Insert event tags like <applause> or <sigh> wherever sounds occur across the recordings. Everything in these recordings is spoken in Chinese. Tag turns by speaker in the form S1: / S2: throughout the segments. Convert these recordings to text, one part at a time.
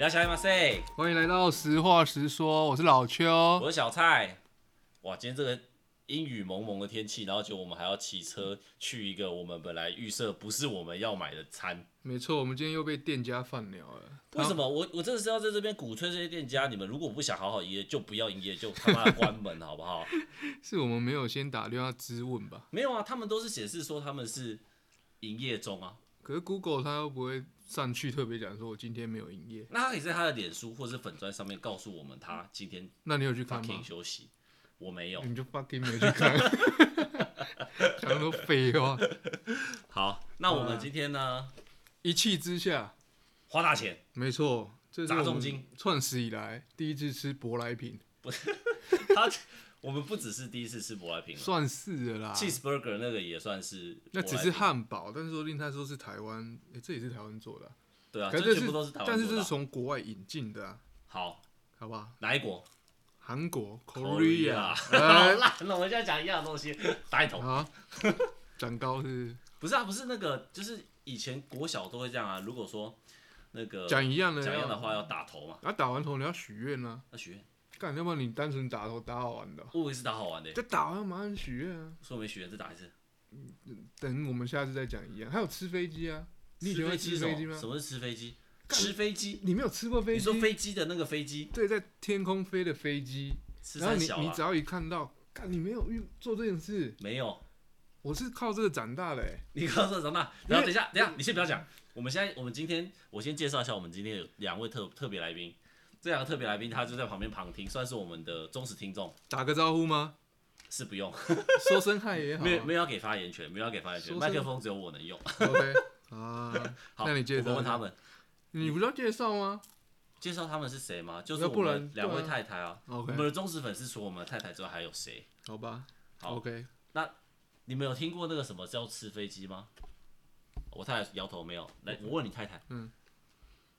S1: 大家马赛，
S2: 欢迎来到实话实说，我是老邱。
S1: 我是小蔡。哇，今天这个阴雨蒙蒙的天气，然后就我们还要骑车去一个我们本来预设不是我们要买的餐。
S2: 没错，我们今天又被店家放鸟了。
S1: 为什么？
S2: 么？
S1: 我我真的是要在这边鼓吹这些店家，你们如果不想好好营业，就不要营业，就他妈的关门，好不
S2: <laughs>
S1: 好？
S2: 是我们没有先打电话质问吧？
S1: 没有啊，他们都是显示说他们是营业中啊，
S2: 可是 Google 它又不会上去特别讲说我今天没有营业。
S1: 那他可以在他的脸书或是粉砖上面告诉我们他今天
S2: 那你有去看吗嗯
S1: fucking？休息。我没有。
S2: 你就 fucking 没有去
S1: <laughs>
S2: 看，讲那么多废话。
S1: 好，那我
S2: 啊
S1: 们今天呢，
S2: 一气之下，
S1: 花大钱，
S2: 没错，这是
S1: 砸
S2: 我
S1: 重
S2: 们
S1: 金
S2: 创始以来第一次吃舶来品，
S1: 他 <laughs> 我们不只是第一次吃舶来品了
S2: 算是的啦。
S1: ，cheeseburger 那个也算啊是舶来品，
S2: 那只是汉堡，但是说令他说是台湾，诶，这也是台湾做的啊、
S1: 对啊，
S2: 可
S1: 这
S2: 是这
S1: 全部都是台湾做的啊。
S2: 但是这是从国外引进的、啊，
S1: 好
S2: 好不好？
S1: 哪一国
S2: 韩国
S1: Korea 好
S2: 哎
S1: 烂哦！我们现在讲一样的东西，打一头。
S2: 好， <laughs> 长高是
S1: 不是啊，不是那个，就是以前国小都会这样啊。如果说那个
S2: 讲一样的，
S1: 呃讲一样的
S2: 要，
S1: 话要打头嘛，
S2: 啊，打完头你要许愿啊，
S1: 那许愿，
S2: 干，要不然你单纯打头打好玩的哦，
S1: 我以为是打好玩的，
S2: 就打完马上许愿啊。
S1: 说没许愿再打一次。
S2: 等我们下次再讲一样，还有吃飞机啊，你以前会吃
S1: 是
S2: 飞
S1: 什
S2: 机
S1: 么
S2: 吗
S1: 什？么是吃飞机？
S2: 干
S1: 吃飞机？
S2: 你没有吃过飞
S1: 你
S2: 机
S1: 说？飞机的那个飞机
S2: 对，在天空飞的飞机，
S1: 是
S2: 然后
S1: 三
S2: 你
S1: 小
S2: 你
S1: 啊
S2: 只？要一看到，干，你没有遇做这件事，
S1: 没有，
S2: 我是靠这个长大的、欸，
S1: 你告诉我长大。
S2: 因为
S1: 然后等一下，等一下，你先不要讲。我们现在，我们今天，我先介绍一下，我们今天有两位特特别来宾。这两个特别来宾，他就在旁边旁听，算是我们的忠实听众，
S2: 打个招
S1: <laughs>
S2: 呼吗？
S1: 是
S2: <laughs>
S1: 不用，
S2: 说声嗨也好啊、
S1: 没有没有要给发言权，没有要给发言权，
S2: 说
S1: 麦
S2: 真的
S1: 克风只有我能用。
S2: OK 啊，
S1: 好，
S2: 那你介绍
S1: 我们问他们，
S2: 你不是要介绍吗
S1: 介绍他们是谁吗？就是
S2: 要
S1: 我
S2: 不然
S1: 们两位
S2: 对啊
S1: 太太啊，我
S2: ？OK，
S1: 们的忠实粉丝除了我们的太太之外还有谁？
S2: 好吧，
S1: 好
S2: OK，
S1: 你们有听过那个什么叫吃飞机吗？我太太摇头没有。来，我问你太太，
S2: 嗯，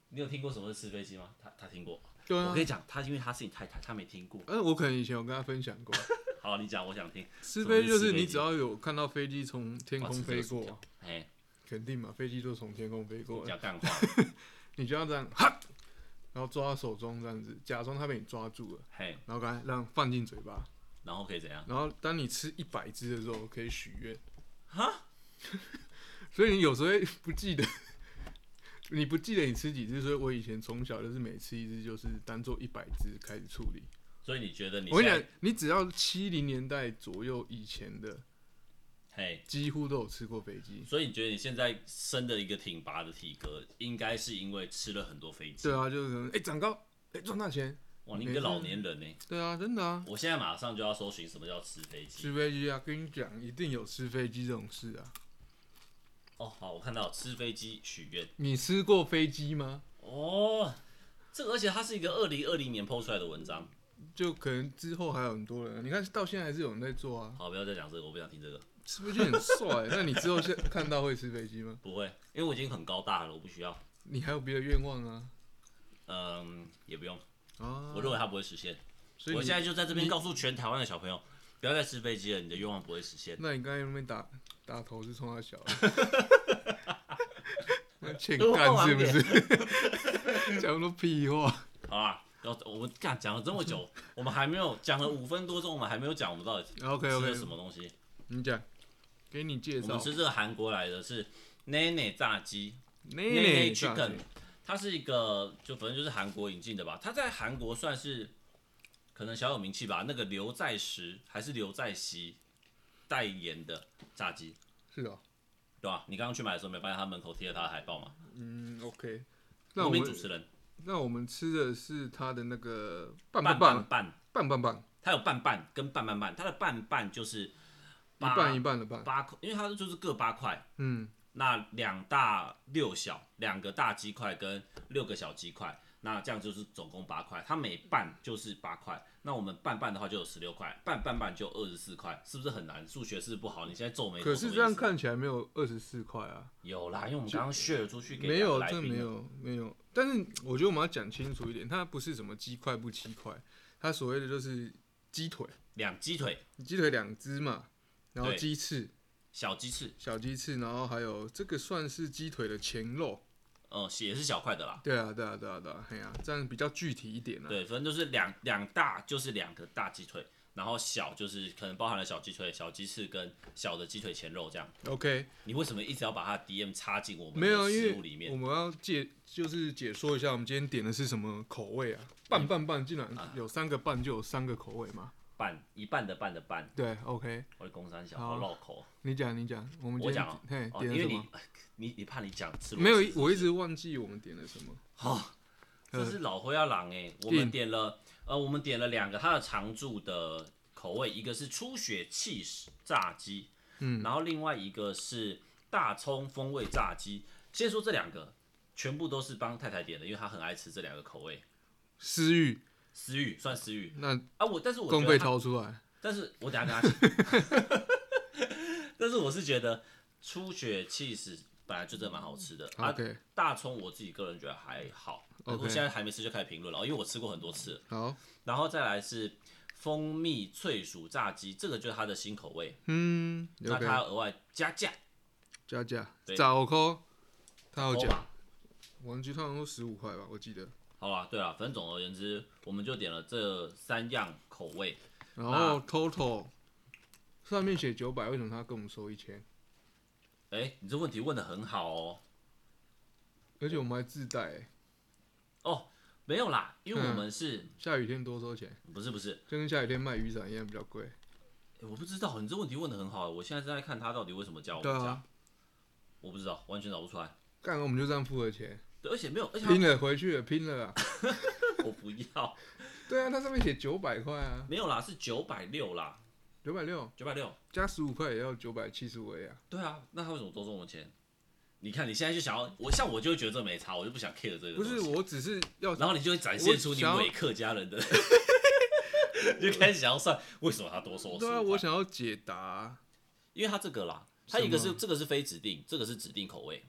S1: 你有听过什么是吃飞机吗？她她听过。
S2: 对
S1: 我
S2: 啊
S1: 跟，你讲，她因为她是你太太，她没听过。
S2: 呃，我可能以前有跟他分享
S1: <laughs>
S2: 过，
S1: 好，你讲，我想听。
S2: 吃飞就
S1: 什么是吃
S2: 是
S1: 飞
S2: 你
S1: 机
S2: 只要有看到飞机从天
S1: 哇
S2: 空
S1: 吃这
S2: 飞
S1: 个薯条
S2: 过，
S1: 哎，
S2: 肯定嘛，飞机都从天空飞过，
S1: 讲干话。
S2: 你就要这样哈，然后抓手中这样子，假装它被你抓住了，
S1: 嘿，
S2: 然后赶快让放进嘴巴，
S1: 然后可以怎样？
S2: 然后当你吃一百只的时候可以许愿，哈， <laughs> 所以你有时候会不记得。 <laughs> 你不记得你吃几只，所以我以前从小就是每吃一只就是当做一百只开始处理。
S1: 所以你觉得你
S2: 我跟你
S1: 现
S2: 讲
S1: 在，，
S2: 你只要七零年代左右以前的，
S1: 嘿，
S2: 几乎都有吃过飞机。
S1: 所以你觉得你现在生的一个挺拔的体格，应该是因为吃了很多飞机
S2: 对。啊，就是可能哎、长高，哎、赚大钱。
S1: 哇，你一个老年人呢。
S2: 对啊，真的啊，
S1: 我现在马上就要搜寻什么叫吃飞机。
S2: 吃飞机啊，跟你讲，一定有吃飞机这种事啊。
S1: 哦，好，我看到吃飞机许愿。
S2: 你吃过飞机吗？
S1: 哦，这个而且它是一个二零二零年 PO 出来的文章。
S2: 就可能之后还有很多人啊，你看到现在还是有人在做啊。
S1: 好，不要再讲这个，我不想听这个。
S2: 吃飞机很帅、 <laughs> 那你之后现看到会吃飞机吗？
S1: 不会，因为我已经很高大了，我不需要。
S2: 你还有别的愿望啊？
S1: 嗯，也不用。
S2: 啊，
S1: 我认为它不会实现。
S2: 所以
S1: 我
S2: 你
S1: 现在就在这边
S2: 你
S1: 告诉全台湾的小朋友，不要再吃飞机了，你的愿望不会实现。
S2: 那你刚才那边打打头是冲他小
S1: <laughs>
S2: 的，那欠
S1: 我忘
S2: 干
S1: 了
S2: 是不是？ <laughs> 讲那么多屁
S1: <laughs>
S2: 话，
S1: 好啦，要我们干讲了这么
S2: <laughs>
S1: 久，我们还没有讲了五分多钟，我们还没有讲我们到底吃
S2: OK
S1: 了
S2: OK，
S1: 什么东西。
S2: 你讲，给你介
S1: 我
S2: 绍
S1: 们。吃这个韩国来的是奈奈炸鸡，
S2: 内
S1: 内内
S2: 炸
S1: Chicken，它是一个就反正就是韩国引进的吧，它在韩国算是可能小有名气吧。那个刘在石还是刘在熙代言的炸鸡，
S2: 是哦，
S1: 对吧？你刚刚去买的时候没发现他门口贴了他的海报吗？
S2: 嗯，OK。那
S1: 国
S2: 我
S1: 民主
S2: 们
S1: 持人
S2: 那我们吃的是它的那个棒
S1: 拌
S2: 棒棒
S1: 拌拌，
S2: 棒棒棒，
S1: 它有拌拌跟拌拌拌，它的拌拌就是
S2: 一
S1: 八
S2: 半一半的棒。
S1: 八块，因为它就是各八块，
S2: 嗯，
S1: 那两大六小，两个大鸡块跟六个小鸡块，那这样就是总共八块。它每半就是八块，那我们半半的话就有十六块，半半半就二十四块，是不是很难？数学是不好，你现在皱眉头
S2: 可
S1: 什
S2: 是
S1: 么意思。
S2: 这样看起来没有二十四块啊，
S1: 有啦，因为我们刚刚 share 出去给
S2: 没有，
S1: 来
S2: 这
S1: 宾啊
S2: 没有没有。但是我觉得我们要讲清楚一点，它不是什么鸡块不鸡块，它所谓的就是鸡腿，
S1: 两鸡腿、
S2: 鸡腿两只嘛，然后
S1: 对
S2: 鸡翅、
S1: 小鸡翅，
S2: 小鸡翅，然后还有这个算是鸡腿的前肉，
S1: 呃，也是小块的啦。
S2: 对啊，对啊，对啊，对啊，嘿呀、这样比较具体一点啊。
S1: 对，反正就是两两大就是两个大鸡腿，然后小就是可能包含了小鸡腿、小鸡翅跟小的鸡腿前肉这样。
S2: OK，
S1: 你为什么一直要把它的 DM 插进我们
S2: 没有，啊
S1: 的
S2: 因
S1: 食物里
S2: 为我
S1: 面？
S2: 们要解就是解说一下我们今天点的是什么口味啊？
S1: 嗯
S2: 拌拌拌，竟
S1: 啊
S2: 然有三个拌就有三个口味嘛？
S1: 半一半的半的半，
S2: 对，OK，
S1: 我的工三小
S2: 好
S1: 好绕口
S2: 你讲你讲，我们今
S1: 我
S2: 天
S1: 讲哦
S2: 嘿
S1: 哦，因
S2: 点了
S1: 为
S2: 什
S1: 你
S2: 么？
S1: 你你怕你讲吃螺
S2: 没有
S1: 丝是，不
S2: 我一
S1: 是
S2: 直忘记我们点了什么。
S1: 这是老灰要狼哎、我们点了呃，我们点了两个它的常驻的口味，一个是初雪气势炸鸡，嗯，然后另外一个是大葱风味炸鸡。先说这两个，全部都是帮太太点的，因为她很爱吃这两个口味。
S2: 私欲，
S1: 私欲算私欲
S2: 那
S1: 啊，我但是我
S2: 公
S1: 觉得
S2: 费
S1: 她，
S2: 掏出来，
S1: 但是我等一 <laughs> 下跟她讲， <laughs> 但是我是觉得初雪气势本来就真的蛮好吃的啊
S2: OK
S1: 大葱我自己个人觉得还好。我
S2: OK
S1: 现在还没吃就开始评论了，因为我吃过很多次了
S2: 好，
S1: 然后再来是蜂蜜脆薯炸鸡，这个就是它的新口味，
S2: 嗯
S1: 那
S2: ，OK，
S1: 它要额外加价，
S2: 加价
S1: 对，
S2: 找扣，他有
S1: 好
S2: 讲，
S1: 吧？
S2: 玩具通常都十五块吧，我记得。
S1: 好吧，对啊，反正总而言之，我们就点了这三样口味，
S2: 然后 total 上面写九百，为什么他跟我们收一千？
S1: 哎，你这问题问的很好哦。
S2: 而且我们还自带、欸，
S1: 没有啦，因为
S2: 嗯
S1: 我们是、
S2: 下雨天多收钱，
S1: 不是不是？
S2: 就跟下雨天卖雨伞一样比较贵。
S1: 诶我不知道，你这问题问的很好，我现在正在看他到底为什么加我
S2: 对
S1: 们价，
S2: 啊，
S1: 我不知道，完全找不出来。
S2: 干我们就这样付了钱，
S1: 对，而且没有，而且
S2: 拼了回去了，拼了啊！
S1: 他我不要，
S2: 对啊，它上面写九百块啊，
S1: 没有啦，是九百六啦，
S2: 九百六
S1: 九百六。
S2: 加十五块也要九百七十五呀。
S1: 对啊，那他为什么多收我们钱？你看你现在就想要，我像我就会觉得这没差，我就不想 care 这个。
S2: 不是，，我只是要
S1: 然后你就会展现出你伪客家人
S2: <laughs>
S1: 的，你就开始想要算为什么他多收我
S2: 对啊，
S1: 15块
S2: 我想要解答。啊
S1: 因为他这个啦，他一个
S2: 什
S1: 是这个是非指定，这个是指定口味，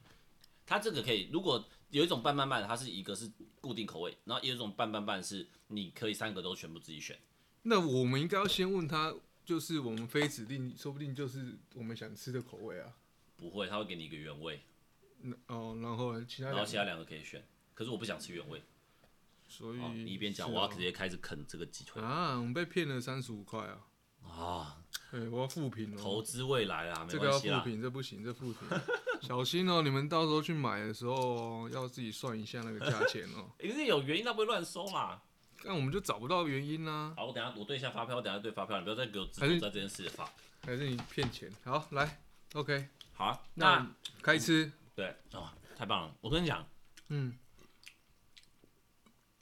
S1: 他这个可以如果有一种拌拌拌，它是一个是固定口味，然后有一种拌拌拌是你可以三个都全部自己选。
S2: 那我们应该要先问他，就是我们非指定，说不定就是我们想吃的口味啊。
S1: 不会，他会给你一个原味，
S2: 那哦，然后其他
S1: 然后
S2: 两
S1: 其
S2: 个，
S1: 他两个可以选。可是我不想吃原味，
S2: 所以
S1: 哦、你一边讲，
S2: 是
S1: 我要
S2: 哦
S1: 直接开始啃这个鸡腿啊
S2: 啊，我们被骗了三十五块啊！对，我要复评
S1: 投
S2: 哦，
S1: 资未来啦，没
S2: 这个
S1: 关
S2: 要
S1: 系啦
S2: 复。评，这不行，这
S1: <laughs>
S2: 复评，小心哦！你们到时候去买的时候要自己算一下那个价钱
S1: <laughs>
S2: 哦。
S1: 一定有原因，他不会乱收啦。
S2: 那我们就找不到原因啦、
S1: 好，我等一下我对一下发票，我等一下对发票，你不要再给我执着
S2: 还是
S1: 在这件事发。
S2: 还是你骗钱？好，来，OK，
S1: 好啊，
S2: 那我
S1: 那
S2: 们开吃。
S1: 对哦，太棒了！我跟你讲，
S2: 嗯，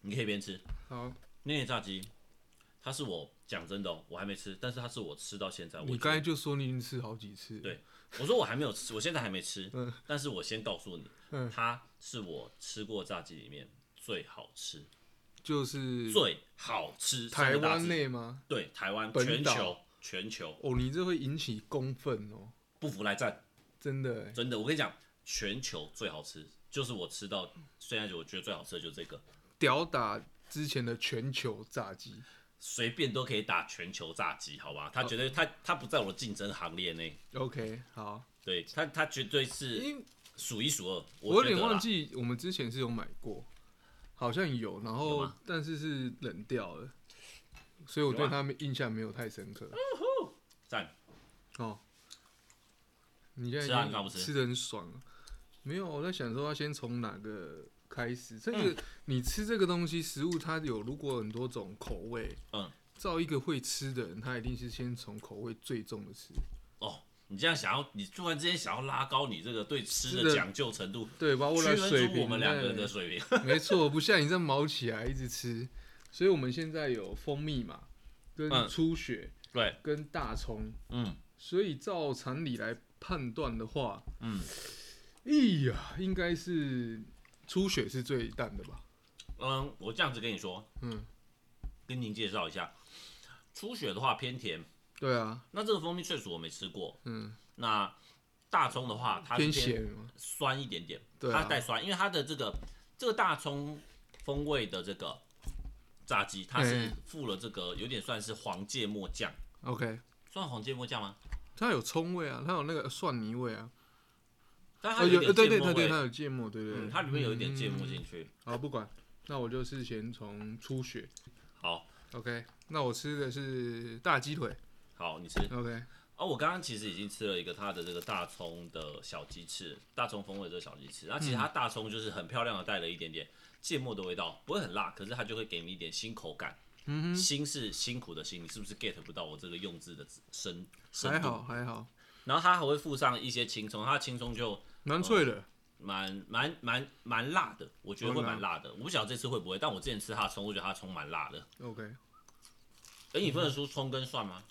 S1: 你可以边吃
S2: 好，
S1: 那个炸鸡，它是我讲真的、哦，我还没吃，但是它是我吃到现在，我
S2: 你
S1: 觉
S2: 刚
S1: 得
S2: 才就说你已经吃好几次了。
S1: 对我说我还没有吃，我现在还没吃，
S2: 嗯
S1: 但是我先告诉你，
S2: 嗯
S1: 它是我吃过炸鸡里面最好吃，
S2: 就是
S1: 最好吃，三
S2: 台
S1: 个大
S2: 湾
S1: 字
S2: 内吗？
S1: 对台湾
S2: 本
S1: 全
S2: 岛
S1: 球全球
S2: 哦，你这会引起公愤哦，
S1: 不服来战。
S2: 真的欸。
S1: 真的，我跟你讲，全球最好吃，就是我吃到现在我觉得最好吃的就是这个，
S2: 屌打之前的全球炸鸡，
S1: 随便都可以打全球炸鸡，好吧？他绝对他他不在我的竞争行列内，
S2: OK，好，
S1: 对他他绝对是
S2: 因
S1: 数一数二。
S2: 我有
S1: 觉得
S2: 点
S1: 啦
S2: 忘，记我们之前是有买过，好像有，然
S1: 有
S2: 后
S1: 吗
S2: 但是是冷掉了，所以我
S1: 有
S2: 对
S1: 啊
S2: 他们印象没有太深刻。
S1: 赞，
S2: 哦，你现在
S1: 吃啊
S2: 已
S1: 你干嘛不
S2: 经
S1: 吃
S2: 吃的很爽了，没有？我在想说要先从哪个开始？这
S1: 嗯
S2: 个、你吃这个东西，食物它有如果很多种口味，
S1: 嗯，
S2: 照一个会吃的人，他一定是先从口味最重的吃。
S1: 哦，你这样想要，你突然之间想要拉高你这个对吃
S2: 吃
S1: 的
S2: 的
S1: 讲究程度，
S2: 对，把我
S1: 区
S2: 的水
S1: 分出
S2: 平，
S1: 我们两个人的
S2: 哎
S1: 水平。
S2: <laughs> 没错，不像你这毛起来一直吃，所以我们现在有蜂蜜嘛，跟
S1: 嗯
S2: 初雪，
S1: <laughs> 对，
S2: 跟大葱，
S1: 嗯，
S2: 所以照常理来判断的话，
S1: 嗯，
S2: 哎呀，应该是初雪是最淡的吧？
S1: 嗯，我这样子跟你说，
S2: 嗯，
S1: 跟您介绍一下，初雪的话偏甜，
S2: 对啊，
S1: 那这个蜂蜜脆薯我没吃过，
S2: 嗯，
S1: 那大葱的话它是
S2: 偏咸嘛，
S1: 酸一点点，
S2: 对
S1: 它
S2: 啊，
S1: 带酸，因为它的这个这个大葱风味的这个炸鸡，它是
S2: 嗯
S1: 附了这个有点算是黄芥末酱，
S2: OK，
S1: 算黄芥末酱吗？
S2: 它有葱味啊，它有那个蒜泥味啊，
S1: 但它
S2: 哦，
S1: 有
S2: 有
S1: 一点芥
S2: 对对
S1: 末
S2: 它对
S1: 味
S2: 它，有芥末，对对
S1: 嗯，
S2: 对，
S1: 它里面有一点芥末进
S2: 嗯。
S1: 去。
S2: 好，不管，那我就是先从初雪
S1: 好，
S2: ，OK。那我吃的是大鸡腿
S1: 好，你吃。
S2: ，OK。
S1: 哦，我刚刚其实已经吃了一个它的这个大葱的小鸡翅，大葱风味的这个小鸡翅。那其实它大葱就是很漂亮的带了一点点芥末的味道，不会很辣，可是它就会给你一点新口感。嗯辛是辛苦的辛，你是不是 get 不到我这个用字的深
S2: 还
S1: 深度？
S2: 好还好，
S1: 然后它还会附上一些青葱，它的青葱就
S2: 蛮脆的。
S1: 蛮蛮蛮蛮辣的，我觉得会
S2: 蛮辣
S1: 蛮辣的。我不晓得这次会不会，但我之前吃它的葱，我觉得它的葱蛮辣的。
S2: 哦 OK，
S1: 哎，你分得出葱跟蒜吗？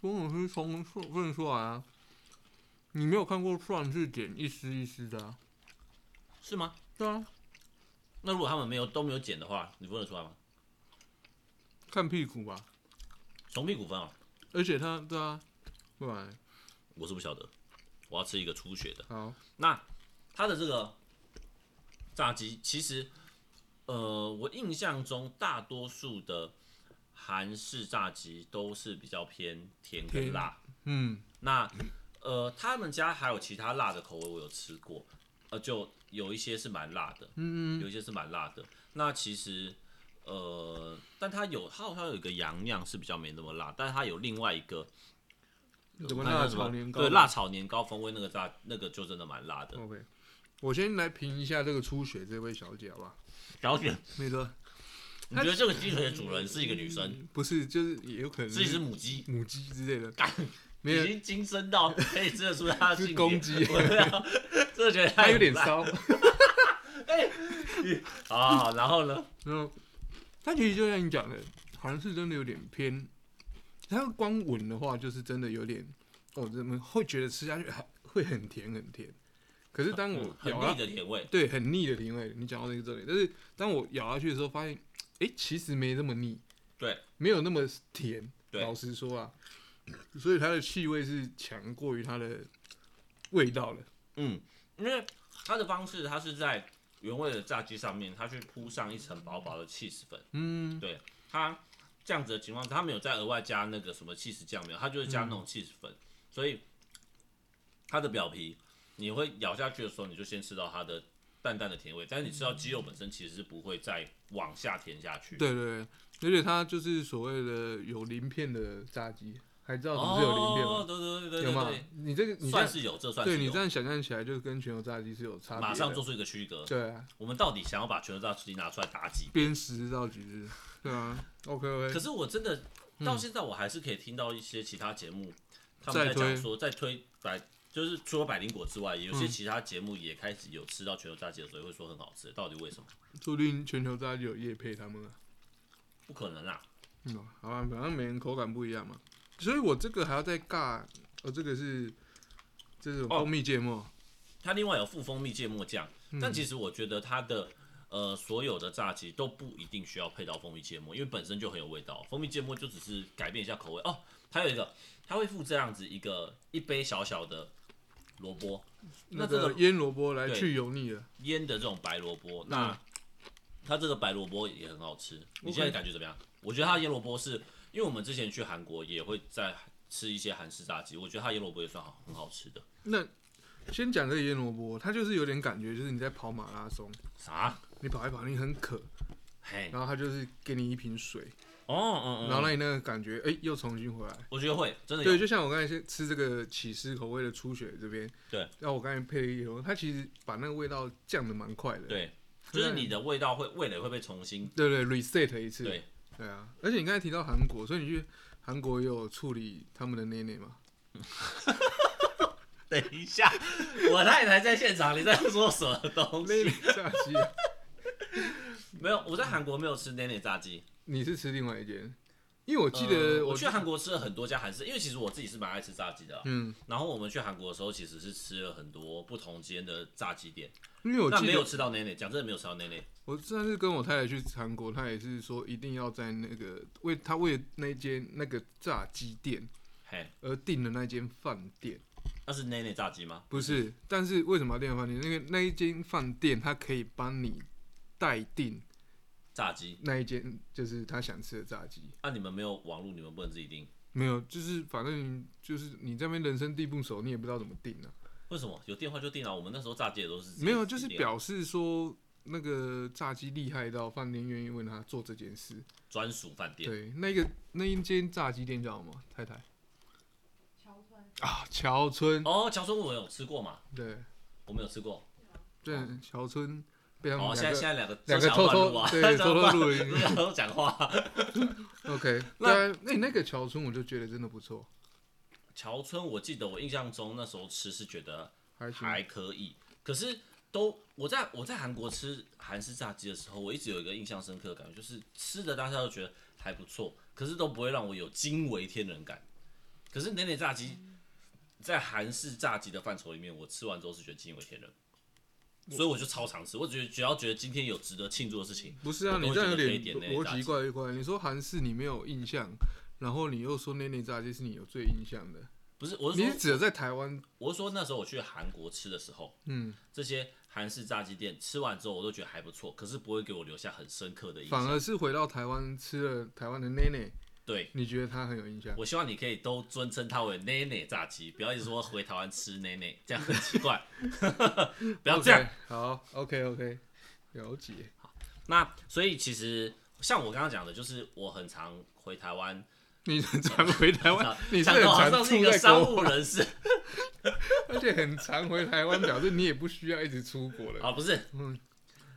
S2: 中午是从问出来啊，你没有看过蒜是剪一丝一丝的、啊，
S1: 是吗？
S2: 对啊，
S1: 那如果他们没有都没有剪的话，你分得出来吗？
S2: 看屁股吧，
S1: 从屁股分啊，
S2: 而且它对啊，不然
S1: 我是不晓得。我要吃一个出血的。
S2: 好，
S1: 那它的这个炸鸡，其实呃，我印象中大多数的韩式炸鸡都是比较偏甜跟
S2: 偏
S1: 辣。
S2: 嗯，
S1: 那呃，他们家还有其他辣的口味，我有吃过，呃，就有一些是蛮辣的，嗯嗯，有一些是蛮辣的。那其实呃，但它有它好像有一个洋酿是比较没那么辣，但是它有另外一个
S2: 怎么
S1: 那
S2: 辣
S1: 叫什么
S2: 炒年糕？嗯
S1: 对，辣炒年糕风味那个炸那个就真的蛮辣的。
S2: OK，我先来评一下这个初雪这位小姐好不好？
S1: 小姐，
S2: 那个
S1: 你觉得这个鸡腿的主人是一个女生，
S2: 不是，就是也有可能
S1: 是一只
S2: 是
S1: 母鸡？
S2: 母鸡之类的，没
S1: 已
S2: 有，
S1: 经精深到可以吃得出它的
S2: 是
S1: 性别，
S2: 公鸡 <laughs>
S1: 我 <laughs> 对啊，真的觉得它
S2: 它有点
S1: 很辣
S2: 骚，
S1: 啊。好然后
S2: <laughs>
S1: 呢，
S2: 然后它其实就像你讲的，好像是真的有点偏，它光闻的话就是真的有点，哦，怎么会觉得吃下去啊会很甜很甜，可是当我啊
S1: 很
S2: 咬
S1: 腻
S2: 下，
S1: 的甜味，
S2: 对，很腻的甜味，你讲到这个重点，但是当我咬下去的时候发现，哎、其实没那么腻，
S1: 对，
S2: 没有那么甜，
S1: 对
S2: 老实说啊，所以它的气味是强过于它的味道的，
S1: 嗯，因为它的方式，它是在原味的炸鸡上面，它去铺上一层薄薄的 cheese 粉。
S2: 嗯，
S1: 对，它这样子的情况，它没有再额外加那个什么 cheese 酱没有，它就是加那种 cheese 粉，所以它的表皮你会咬下去的时候，你就先吃到它的淡淡的甜味，但是你吃到鸡肉本身其实是不会再往下甜下去。，
S2: 对对对，而且它就是所谓的有鳞片的炸鸡，还知道什么是有鳞片吗？
S1: 哦，对对对
S2: 有
S1: 对
S2: 吗
S1: 对？
S2: 你这个
S1: 对，
S2: 你这
S1: 算
S2: 样
S1: 是有，这算
S2: 对
S1: 是
S2: 你这
S1: 有。
S2: 样想象起来，就跟全油炸鸡是有差别的。
S1: 马上做出一个区隔，
S2: 对啊，
S1: 我们到底想要把全肉炸鸡拿出来打几
S2: 编十到几只，对啊，OK
S1: 可
S2: OK，
S1: 是我真的
S2: 嗯
S1: 到现在，我还是可以听到一些其他节目，他们
S2: 在
S1: 在讲
S2: 推嗯
S1: 说，在推百，就是除了百灵果之外，有些其他节目也开始有吃到全油炸鸡的时候，会说很好吃，到底为什么？
S2: 说不定全球炸鸡有夜配他们啊。
S1: 不可能啊！
S2: 嗯，好吧，反正每人口感不一样嘛，所以我这个还要再尬，哦，这个是这种
S1: 哦
S2: 蜂蜜芥末，嗯
S1: 它另外有附蜂蜜芥末酱，但其实我觉得它的呃所有的炸鸡都不一定需要配到蜂蜜芥末，因为本身就很有味道。蜂蜜芥末就只是改变一下口味哦。还有一个，它会附这样子一个一杯小小的萝卜，那
S2: 那
S1: 这
S2: 个
S1: 个
S2: 腌萝卜来
S1: 对
S2: 去油腻了。
S1: 腌的这种白萝卜，那它这个白萝卜也很好吃。你现在感觉怎么样？我觉得它的腌萝卜是因为我们之前去韩国也会在吃一些韩式炸鸡，我觉得它腌萝卜也算好很好吃的。
S2: 那先讲这个腌萝卜，它就是有点感觉，就是你在跑马拉松，
S1: 啥？
S2: 你跑一跑，你很渴，
S1: 嘿，
S2: 然后它就是给你一瓶水，
S1: 哦，嗯嗯，
S2: 然后让你那个感觉，哎、又重新回来。
S1: 我觉得会真的
S2: 对，
S1: 有，
S2: 就像我刚才先吃这个起司口味的初雪这边，
S1: 对，
S2: 然后我刚才配了一油，它其实把那个味道降的蛮快的，
S1: 对，
S2: 对
S1: 就是你的味道会味蕾会被重新
S2: 对对，reset 一次，
S1: 对，
S2: 对啊，而且你刚才提到韩国，所以你去韩国也有处理他们的内
S1: <laughs>
S2: 内嘛？
S1: 等一下， <laughs> 我太太在现场，你在说什么东
S2: 内内
S1: 西？
S2: <laughs> 炸鸡，
S1: 没有，我在韩国没有吃内内炸鸡。
S2: 你是吃另外一间，因为我记得
S1: 呃我
S2: 我
S1: 去韩国吃了很多家韩式，因为其实我自己是蛮爱吃炸鸡的啦。啊
S2: 嗯，
S1: 然后我们去韩国的时候，其实是吃了很多不同间的炸鸡店，
S2: 因为我
S1: 但
S2: 记
S1: 没有
S2: 得
S1: 吃到内内。讲真的，没有吃到内内。
S2: 我上次跟我太太去韩国，她也是说一定要在那个为她为了那间那个炸鸡店
S1: 嘿，
S2: 而订的那间饭店。
S1: 那是内内炸鸡吗？
S2: 不是，但是为什么要订饭店？因为那一间饭店它可以帮你代订
S1: 炸鸡。啊
S2: 那一间，就是他想吃的炸鸡。
S1: 那、你们没有网络，你们不能自己订。
S2: 没有，就是反正就是你这边人生地不熟，你也不知道怎么订啊。
S1: 为什么有电话就电脑？我们那时候炸鸡也都是
S2: 没有，就是
S1: 直接
S2: 表示说那个炸鸡厉害到饭店愿意为他做这件事。
S1: 专属饭店。
S2: 对，那个那一间炸鸡店叫什么？太太
S3: 桥村
S2: 啊，桥村。
S1: 哦，乔村我们有吃过嘛？
S2: 对，
S1: 我们有吃过。
S2: 对，桥村被他
S1: 哦，
S2: 们
S1: 现在
S2: 嗯
S1: 现
S2: 两个
S1: 在两个
S2: 两个
S1: 都 <laughs> 想要
S2: 偷
S1: 乱
S2: 偷
S1: 入啊，
S2: 对偷偷录
S1: 不 <laughs>
S2: 音。
S1: 想要讲话。
S2: OK，
S1: <laughs> 那
S2: 那那那个桥村我就觉得真的不错，
S1: 乔村，我记得我印象中那时候吃是觉得
S2: 还行。
S1: 还可以，可是都我在我在韩国吃韩式炸鸡的时候，我一直有一个印象深刻的感觉，就是吃的当下都觉得还不错，可是都不会让我有惊为天人感。可是奶奶炸鸡在韩式炸鸡的范畴里面，我吃完之后是觉得惊为天人，
S2: 嗯
S1: 所以我就超常吃。我只只要觉得今天有值得庆祝的事情，
S2: 不是啊，
S1: 我都
S2: 你
S1: 会
S2: 这样
S1: 觉
S2: 有
S1: 得可以
S2: 点
S1: 点内
S2: 逻
S1: 炸
S2: 辑
S1: 鸡
S2: 怪怪。你说韩式你没有印象，然后你又说内内炸鸡是你有最印象的，
S1: 不是我是
S2: 你
S1: 说
S2: 是指的在台湾？
S1: 我是说那时候我去韩国吃的时候，
S2: 嗯，
S1: 这些韩式炸鸡店吃完之后我都觉得还不错，可是不会给我留下很深刻的印
S2: 反
S1: 象。
S2: 而是回到台湾吃了台湾的内内，
S1: 对，
S2: 你觉得它很有印象？
S1: 我希望你可以都尊称它为奶奶炸鸡，不要一直说回台湾吃奶奶，这样很奇怪。 <laughs> 不要这样。
S2: OK，好，OK OK，了解。
S1: 那所以其实像我刚刚讲的，就是我很常回台湾，
S2: 你很常回台
S1: <laughs>
S2: 湾，你是
S1: 讲
S2: 很
S1: 的好
S2: 常
S1: 像是一
S2: 住
S1: 个
S2: 在
S1: 商
S2: 国
S1: 务
S2: 外，
S1: 人士 <laughs>
S2: 而且很常回台湾，表示你也不需要一直出国了。
S1: 啊，不是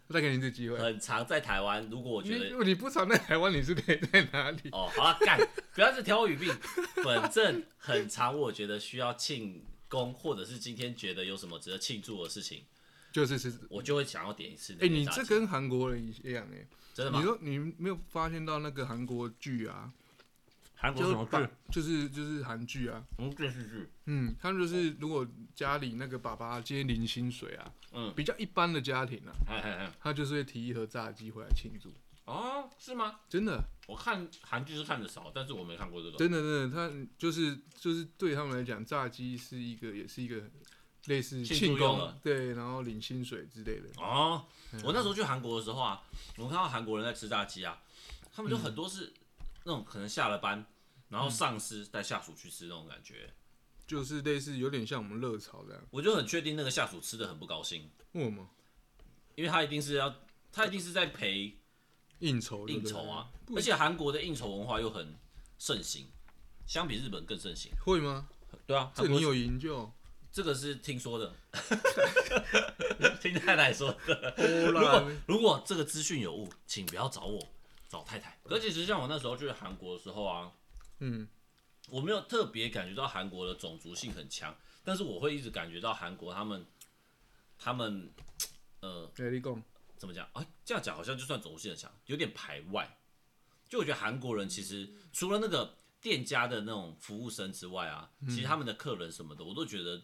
S2: 再给你一次机会，
S1: 很常在台湾。如果我觉得
S2: 你你不常在台湾，你是可以在哪里？
S1: 哦，好了，干，不要再挑我语病。反正很常，我觉得需要庆功，或者是今天觉得有什么值得庆祝的事情，
S2: 就是是，
S1: 我就会想要点一次奶
S2: 哎，
S1: 奶
S2: 你
S1: 炸鸡。
S2: 这跟韩国人一样哎。
S1: 真的
S2: 你
S1: 吗？
S2: 说你没有发现到那个韩国剧啊，
S1: 韩国
S2: 就
S1: 什
S2: 是
S1: 么
S2: 爸
S1: 剧？
S2: 就是就是韩剧啊，
S1: 什么电视剧？
S2: 嗯，他们就是如果家里那个爸爸今天领薪水啊，
S1: 嗯
S2: 比较一般的家庭啊，
S1: 哎哎哎，
S2: 他就是会提一盒炸鸡回来庆祝，
S1: 哦，是吗？
S2: 真的
S1: 我看韩剧是看的少，但是我没看过这个。
S2: 真的真的，他就是就是对他们来讲，炸鸡是一个也是一个类似
S1: 庆
S2: 庆
S1: 祝用
S2: 功
S1: 的，
S2: 对，然后领薪水之类的，
S1: 哦，我那时候去韩国的时候啊，我看到韩国人在吃炸鸡啊，他们就很多是那种可能下了班，然后上司带下属去吃那种感觉，
S2: 就是类似有点像我们热炒这样，
S1: 我就很确定那个下属吃的很不高兴，
S2: 为什么
S1: 因为他一定是要他一定是在陪
S2: 应酬对
S1: 应
S2: 不对
S1: 酬啊，
S2: 不
S1: 而且韩国的应酬文化又很盛行，相比日本更盛行。
S2: 会吗？
S1: 对啊，
S2: 这
S1: 韩
S2: 你
S1: 国
S2: 有营救？
S1: <laughs> 这个是听说的， <laughs> 听太太说的。
S2: 如
S1: 如果如果这个资讯有误，请不要找我，找太太。而且其实像我那时候去韩国的时候啊，
S2: 嗯，
S1: 我没有特别感觉到韩国的种族性很强，但是我会一直感觉到韩国他们他们呃
S2: 来你讲，
S1: 怎么讲啊？这样讲好像就算种族性很强，有点排外。就我觉得韩国人其实除了那个店家的那种服务生之外啊，其实他们的客人什么的，我都觉得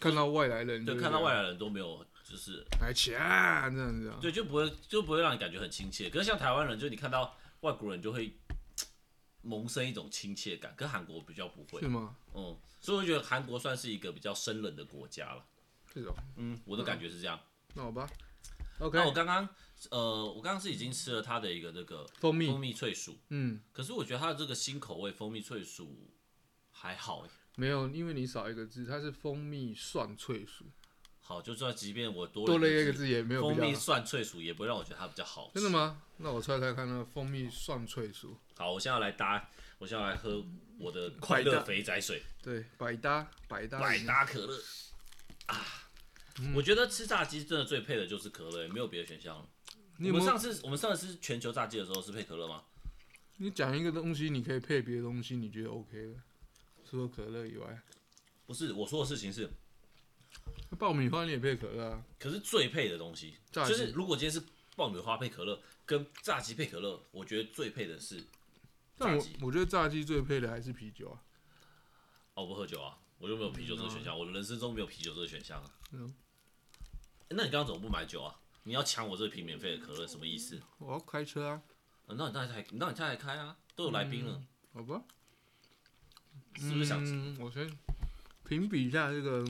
S2: 看到外来人就
S1: 对
S2: 是
S1: 看到
S2: 这样
S1: 外来人都没有就是
S2: 来起啊，这样子啊。
S1: 对，就不会就不会让你感觉很亲切。可是像台湾人，就你看到外国人就会萌生一种亲切感，跟韩国比较不会
S2: 是。吗？
S1: 嗯，所以我觉得韩国算是一个比较生冷的国家了。
S2: 这种，
S1: 嗯，我的感觉是这样。
S2: 那好吧。OK，
S1: 那我刚刚呃，我刚刚是已经吃了它的一个这个
S2: 蜂蜜
S1: 蜂，蜜脆薯，
S2: 嗯，
S1: 可是我觉得它的这个新口味蜂蜜脆薯还好欸。
S2: 没有，因为你少一个字，它是蜂蜜蒜脆薯，
S1: 好，就算即便我多
S2: 多了
S1: 一
S2: 一个，字也没有
S1: 蜂
S2: 比较
S1: 蜜
S2: 好。
S1: 蒜脆薯也不会让我觉得它比较好吃。
S2: 真的吗？那我猜猜看，那蜂蜜蒜脆薯，
S1: 好，我现在要来搭，我现在要来喝我
S2: <laughs>
S1: 的快乐肥仔水。
S2: 对，百搭，百搭，
S1: 百。搭可乐啊！
S2: 嗯
S1: 我觉得吃炸鸡真的最配的就是可乐，没有别的选项了。
S2: 你
S1: 我们
S2: 有没
S1: 上
S2: 有？
S1: 次我们上次吃全球炸鸡的时候是配可乐吗？
S2: 你讲一个东西，你可以配别的东西，你觉得 OK 的，除了可乐以外，
S1: 不是，我说的事情是，
S2: 爆米花你也配可乐啊？
S1: 可是最配的东西
S2: 炸鸡
S1: 就是如果今天是爆米花配可乐跟炸鸡配可乐，我觉得最配的是
S2: 但
S1: 炸
S2: 我
S1: 鸡啊
S2: 我觉得炸鸡最配的还是啤酒啊。
S1: 哦，我不喝酒啊，我就没有啤酒这个选项，我的人生中没有啤酒这个选项啊。
S2: 嗯
S1: 那你刚刚怎么不买酒啊？你要抢我这瓶免费的可乐，什么意思？
S2: 我要开车啊，
S1: 呃那你太太，那你太太开啊，都有来宾了，
S2: 好吧？
S1: 是不是想
S2: 嗯，我先评比一下这个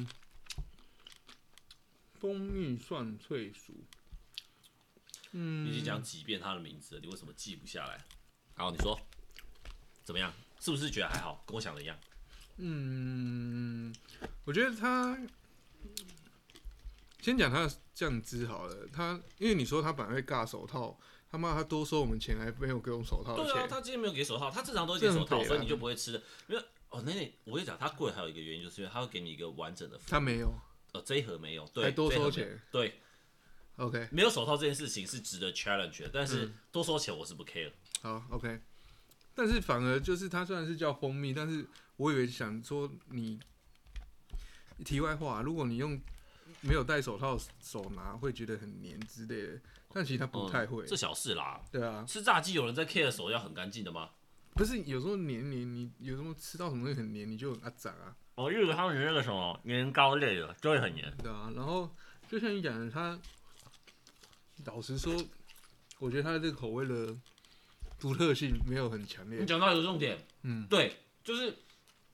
S2: 蜂蜜蒜脆薯。嗯，
S1: 你已经讲几遍他的名字了，你为什么记不下来？好，你说怎么样？是不是觉得还好？跟我想的一样？
S2: 嗯，我觉得它先讲它的酱汁好了，它因为你说它本来会尬手套，他妈他多收我们钱还没有给我们手套的
S1: 对啊，
S2: 钱，
S1: 他今天没有给手套，他正常都会给手
S2: 这很
S1: 套，
S2: 北
S1: 所以
S2: 蓝
S1: 你就不会吃的。因为哦，那那我跟你讲，它贵还有一个原因，就是因为它会给你一个完整的
S2: 他没有，
S1: 呃，这一盒没有，对，
S2: 还多
S1: 这一盒
S2: 收
S1: 没有
S2: 钱。
S1: 对，
S2: OK，
S1: 没有手套这件事情是值得 challenge 的，但
S2: 嗯
S1: 是多收钱我是不 care。
S2: 好，OK。但是反而就是它虽然是叫蜂蜜，但是我以为想说你题外话，如果你用没有戴手套手拿，会觉得很黏之类的，但其实它不太会。
S1: 哦这小事啦。
S2: 对啊，
S1: 吃炸鸡有人在 care 手要很干净的吗？
S2: 不是有时候黏黏，你有时候吃到什么东西很黏，你就很阿杂啊。
S4: 我日为他们是那个什么年糕类的，就会很黏。
S2: 对啊，然后就像你讲的，它老实说，我觉得它这个口味的独特性没有很强烈
S1: 你。讲到一个重点，
S2: 嗯，
S1: 对，就是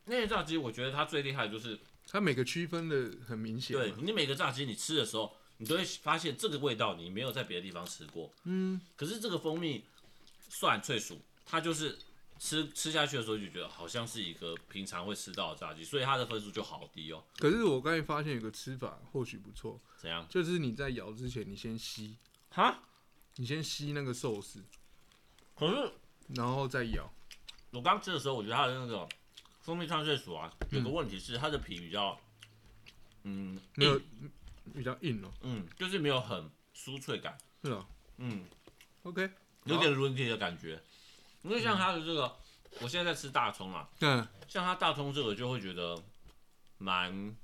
S1: 那些炸鸡，我觉得它最厉害的就是，
S2: 它每个区分的很明显。
S1: 对，你每个炸鸡你吃的时候，你都会发现这个味道你没有在别的地方吃过。
S2: 嗯，
S1: 可是这个蜂蜜蒜脆薯，它就是吃吃下去的时候就觉得好像是一个平常会吃到的炸鸡，所以它的分数就好低哦。
S2: 可是我刚才发现有个吃法或许不错，
S1: 怎样？
S2: 就是你在咬之前，你先吸，
S4: 哈，
S2: 你先吸那个寿司，
S4: 可是
S2: 然后再咬。
S1: 我刚吃的时候，我觉得它的那种蜂蜜串脆薯啊，有个问题是它的皮比较，嗯，
S2: 嗯没有
S1: 硬，
S2: 比较硬哦，
S1: 嗯，就是没有很酥脆感，
S2: 是吧
S1: 嗯，
S2: ？OK，
S1: 有点软体的感觉。因为像它的这个，我现在在吃大葱啊，
S2: 嗯，
S1: 像它大葱这个就会觉得蛮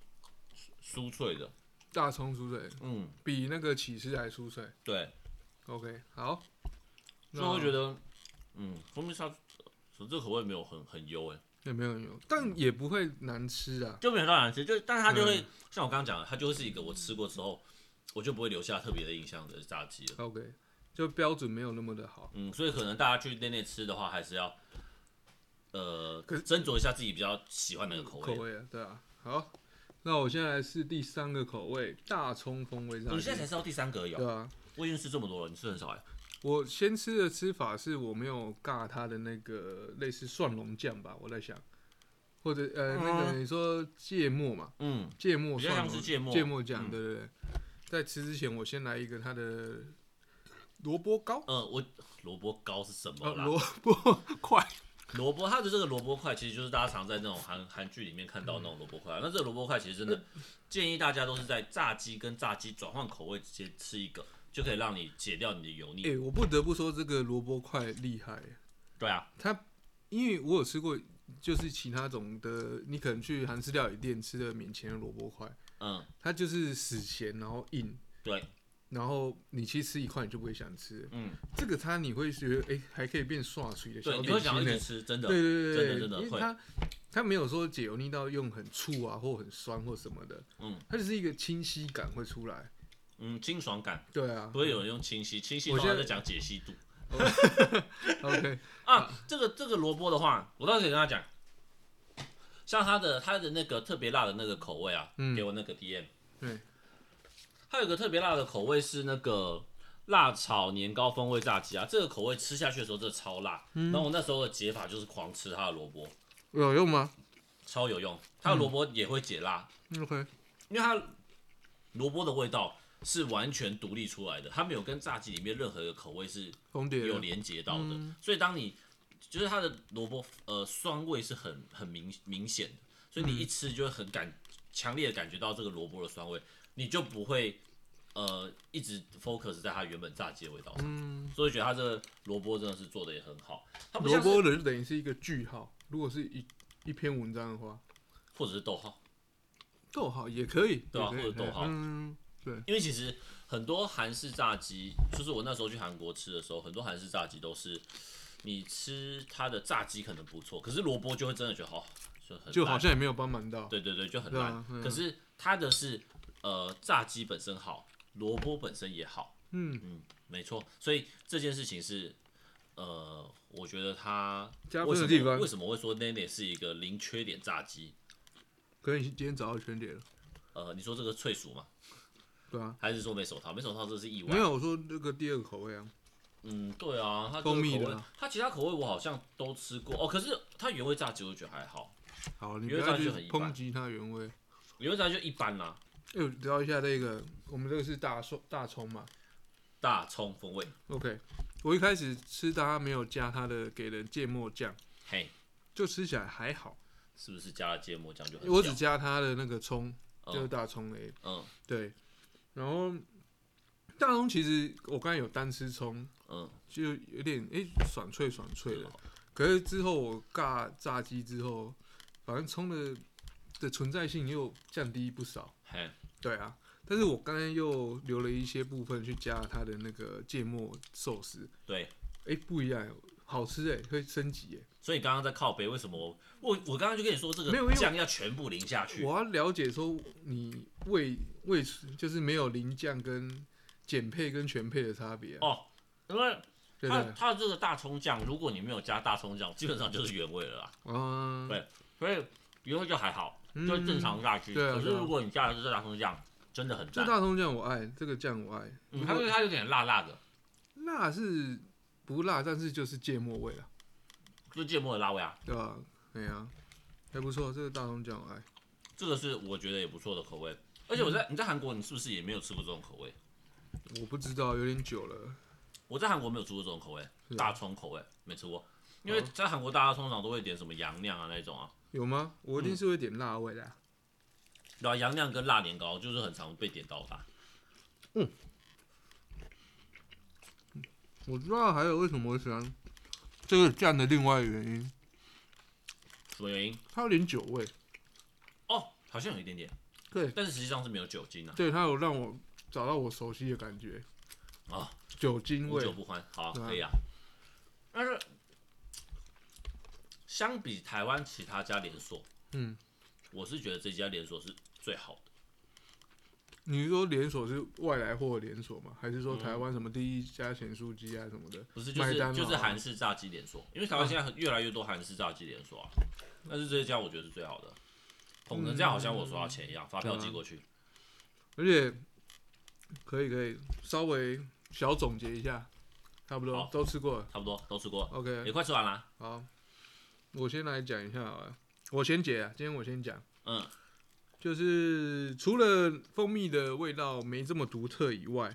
S1: 酥脆的，
S2: 大葱酥脆
S1: 嗯，
S2: 比那个起司还酥脆。
S1: 对，
S2: OK，好，
S1: 所以我觉
S2: 得
S1: 得，嗯，蜂蜜沙这个口味没有很很优哎，
S2: 也没有很油，但也不会难吃啊。
S1: 就没有到难吃，就但是它就会、
S2: 嗯
S1: 像我刚刚讲的，它就会是一个我吃过之后，我就不会留下特别的印象的炸鸡了。
S2: OK，就标准没有那么的好。
S1: 嗯，所以可能大家去店内吃的话，还是要呃
S2: 可是
S1: 斟酌一下自己比较喜欢哪个口味。
S2: 口味啊，对啊。好，那我现在来试第三个口味，大葱风味炸
S1: 你现在才
S2: 鸡。
S1: 吃到第三个而已哦、
S2: 对啊，
S1: 我已经吃这么多了，你吃很少哎、
S2: 我先吃的吃法是我没有尬它的那个类似蒜蓉酱吧，我在想，或者呃那个你说芥末嘛，
S1: 嗯，
S2: 芥末
S1: 比较像
S2: 蒜
S1: 是
S2: 蓉
S1: 芥末，
S2: 芥末酱，
S1: 嗯
S2: 对对对。在吃之前，我先来一个它的萝卜糕，
S1: 呃，我萝卜糕是什么
S2: 呃
S1: 啦？
S2: 萝卜 <laughs> 块，
S1: 萝卜，它的这个萝卜块其实就是大家常在那种韩韩剧里面看到的那种萝卜块。那这个萝卜块其实真
S2: <laughs>
S1: 的建议大家都是在炸鸡跟炸鸡转换口味之间吃一个，就可以让你解掉你的油腻。
S2: 哎、我不得不说这个萝卜块厉害，
S1: 对啊，
S2: 它因为我有吃过，就是其他种的，你可能去韩式料理店吃的免钱的萝卜块，
S1: 嗯，
S2: 它就是死咸然后硬，
S1: 对，
S2: 然后你其实吃一块你就不会想吃了，
S1: 嗯，
S2: 这个它你会觉得哎、诶还可以变刷水的小
S1: 对，你
S2: 点
S1: 会想要
S2: 心
S1: 一
S2: 呢、
S1: 直吃，真的，
S2: 对对对
S1: 真的
S2: 对
S1: 真的
S2: 因为
S1: 会
S2: 它它没有说解油腻到用很醋啊或很酸或什么的，
S1: 嗯，
S2: 它就是一个清晰感会出来，
S1: 嗯，清爽感
S2: 对啊
S1: 不会有人用清晰，清晰
S2: 我
S1: 通
S2: 现
S1: 常
S2: 在
S1: 在讲解析度
S2: ，OK，
S1: 啊。这个这个萝卜的话，我倒是可以跟他讲，像它的它的那个特别辣的那个口味啊，
S2: 嗯
S1: 给我那个 DM，
S2: 对，
S1: 它有一个特别辣的口味是那个辣炒年糕风味炸鸡啊，这个口味吃下去的时候真的超辣。
S2: 嗯
S1: 然后我那时候的解法就是狂吃它的萝卜，
S2: 有用吗
S1: 超有用。它的萝卜也会解辣，
S2: ？OK，
S1: 因为它萝卜的味道是完全独立出来的，它没有跟炸鸡里面任何一个口味是
S2: 红点
S1: 有连接到的。
S2: 嗯
S1: 所以当你就是它的萝卜呃酸味是很很明明显的，所以
S2: 嗯
S1: 你一吃就会很感强烈的感觉到这个萝卜的酸味，你就不会呃一直 focus 在它原本炸鸡的味道上。
S2: 嗯，
S1: 所以觉得它这个萝卜真的是做的也很好，它不
S2: 萝
S1: 像是
S2: 卜的就等于是一个句号，如果是一一篇文章的话，
S1: 或者是逗号，
S2: 逗号也可以，
S1: 对啊
S2: 也可以
S1: 或者逗号
S2: 嗯，对，
S1: 因为其实很多韩式炸鸡，就是我那时候去韩国吃的时候，很多韩式炸鸡都是你吃它的炸鸡可能不错，可是萝卜就会真的觉得好，就很
S2: 就
S1: 烂
S2: 好像也没有帮忙到，
S1: 对对对，就很
S2: 对啊
S1: 烂。
S2: 对啊
S1: 可是它的是呃炸鸡本身好，萝卜本身也好，
S2: 嗯，
S1: 嗯，没错。所以这件事情是呃，我觉得它
S2: 加
S1: 为
S2: 分
S1: 什
S2: 的地
S1: 么
S2: 方
S1: 为，什么会说 Nene 是一个零缺点炸鸡？
S2: 可能你今天找到缺点了，
S1: 呃，你说这个脆薯吗？
S2: 对啊，
S1: 还是说没手套？没手套这是意外。
S2: 没有我说那个第二个口味啊，
S1: 嗯，对啊，它这个
S2: 蜂蜜
S1: 口
S2: 的
S1: 味
S2: 啊，
S1: 它其他口味我好像都吃过哦。可是它原味炸鸡我觉得还好，
S2: 好，你不
S1: 原味炸
S2: 要
S1: 鸡
S2: 去
S1: 很一般
S2: 抨击它的原味，
S1: 原味炸鸡就一般啦、
S2: 哎，我聊一下这个，我们这个是大葱大葱嘛
S1: 大葱风味，
S2: ，OK。我一开始吃它没有加它的给的芥末酱，
S1: 嘿，
S2: 就吃起来还好。
S1: 是不是加了芥末酱就很
S2: 我只
S1: 香
S2: 加它的那个葱，就是
S1: 嗯
S2: 大葱 A，
S1: 嗯
S2: 对。然后大葱其实我刚才有单吃葱，
S1: 嗯，
S2: 就有点哎、爽脆爽脆
S1: 对
S2: 的
S1: 的。，
S2: 可是之后我尬炸鸡之后，反正葱的的存在性又降低不少。
S1: 嘿，
S2: 对啊，但是我刚才又留了一些部分去加它的那个芥末寿司，
S1: 对。
S2: 哎、不一样，好吃哎、会升级哎、
S1: 所以你刚刚在靠北，为什么我我我刚刚就跟你说这
S2: 没有因
S1: 个
S2: 为
S1: 酱要全部淋下去？
S2: 我要了解说你味味就是没有淋酱跟减配跟全配的差别、啊，
S1: 哦
S4: 因为
S2: 对不
S1: 它
S2: 对？
S1: 它这个大葱酱，如果你没有加大葱酱，基本上就是原味了啦。
S2: 嗯，
S1: 对所以原味就还好，
S2: 嗯
S1: 就是正常炸鸡。
S2: 对啊
S1: 可是
S2: 对啊啊
S1: 如果你加的是大葱酱，真的很
S2: 这
S1: 赞。
S2: 大葱酱我爱，这个酱我爱，
S1: 嗯，它因为它有点辣辣的，
S2: 辣是不辣，但是就是芥末味了，啊
S1: 就芥末的辣味啊，
S2: 对吧？对啊，还不错，这个大葱酱我爱。
S1: 这个是我觉得也不错的口味。而且我
S2: 嗯
S1: 在你在韩国，你是不是也没有吃过这种口味？
S2: 我不知道，有点久了，
S1: 我在韩国没有吃过这种口味
S2: 是，啊
S1: 大葱口味没吃过，因为在韩国大家通常都会点什么洋酿啊那种啊，
S2: 有吗？我一定是会点辣味的啊、
S1: 然后洋啊酿跟辣年糕就是很常被点到的啊。
S2: 我知道还有为什么我喜欢这个酱的另外一个原因，
S1: 什么原因？
S2: 它有点酒味，
S1: 哦，好像有一点点，
S2: 对，
S1: 但是实际上是没有酒精啊。
S2: 对，它有让我找到我熟悉的感觉
S1: 啊，
S2: 酒精
S1: 无
S2: 味
S1: 酒，不欢，好啊、
S2: 对啊
S1: 可以啊。但是相比台湾其他家连锁，
S2: 嗯，
S1: 我是觉得这家连锁是最好的。
S2: 你是说连锁是外来货的连锁吗？还是说
S1: 嗯
S2: 台湾什么第一家咸酥鸡啊什么的？
S1: 不是，就
S2: 麦
S1: 是
S2: 当劳
S1: 就是韩式炸鸡连锁，因为台湾现在很越来越多韩式炸鸡连锁啊，
S2: 嗯
S1: 但是这家我觉得是最好的，捧成这样好像我收到钱一样，
S2: 嗯
S1: 发票寄过去。
S2: 而且可以可以稍微小总结一下，差不多
S1: 好
S2: 都吃过了
S1: 差不多都吃过，也
S2: ，OK，
S1: 快吃完啦。
S2: 好，我先来讲一下好了，我先解啊，今天我先讲。
S1: 嗯，
S2: 就是除了蜂蜜的味道没这么独特以外，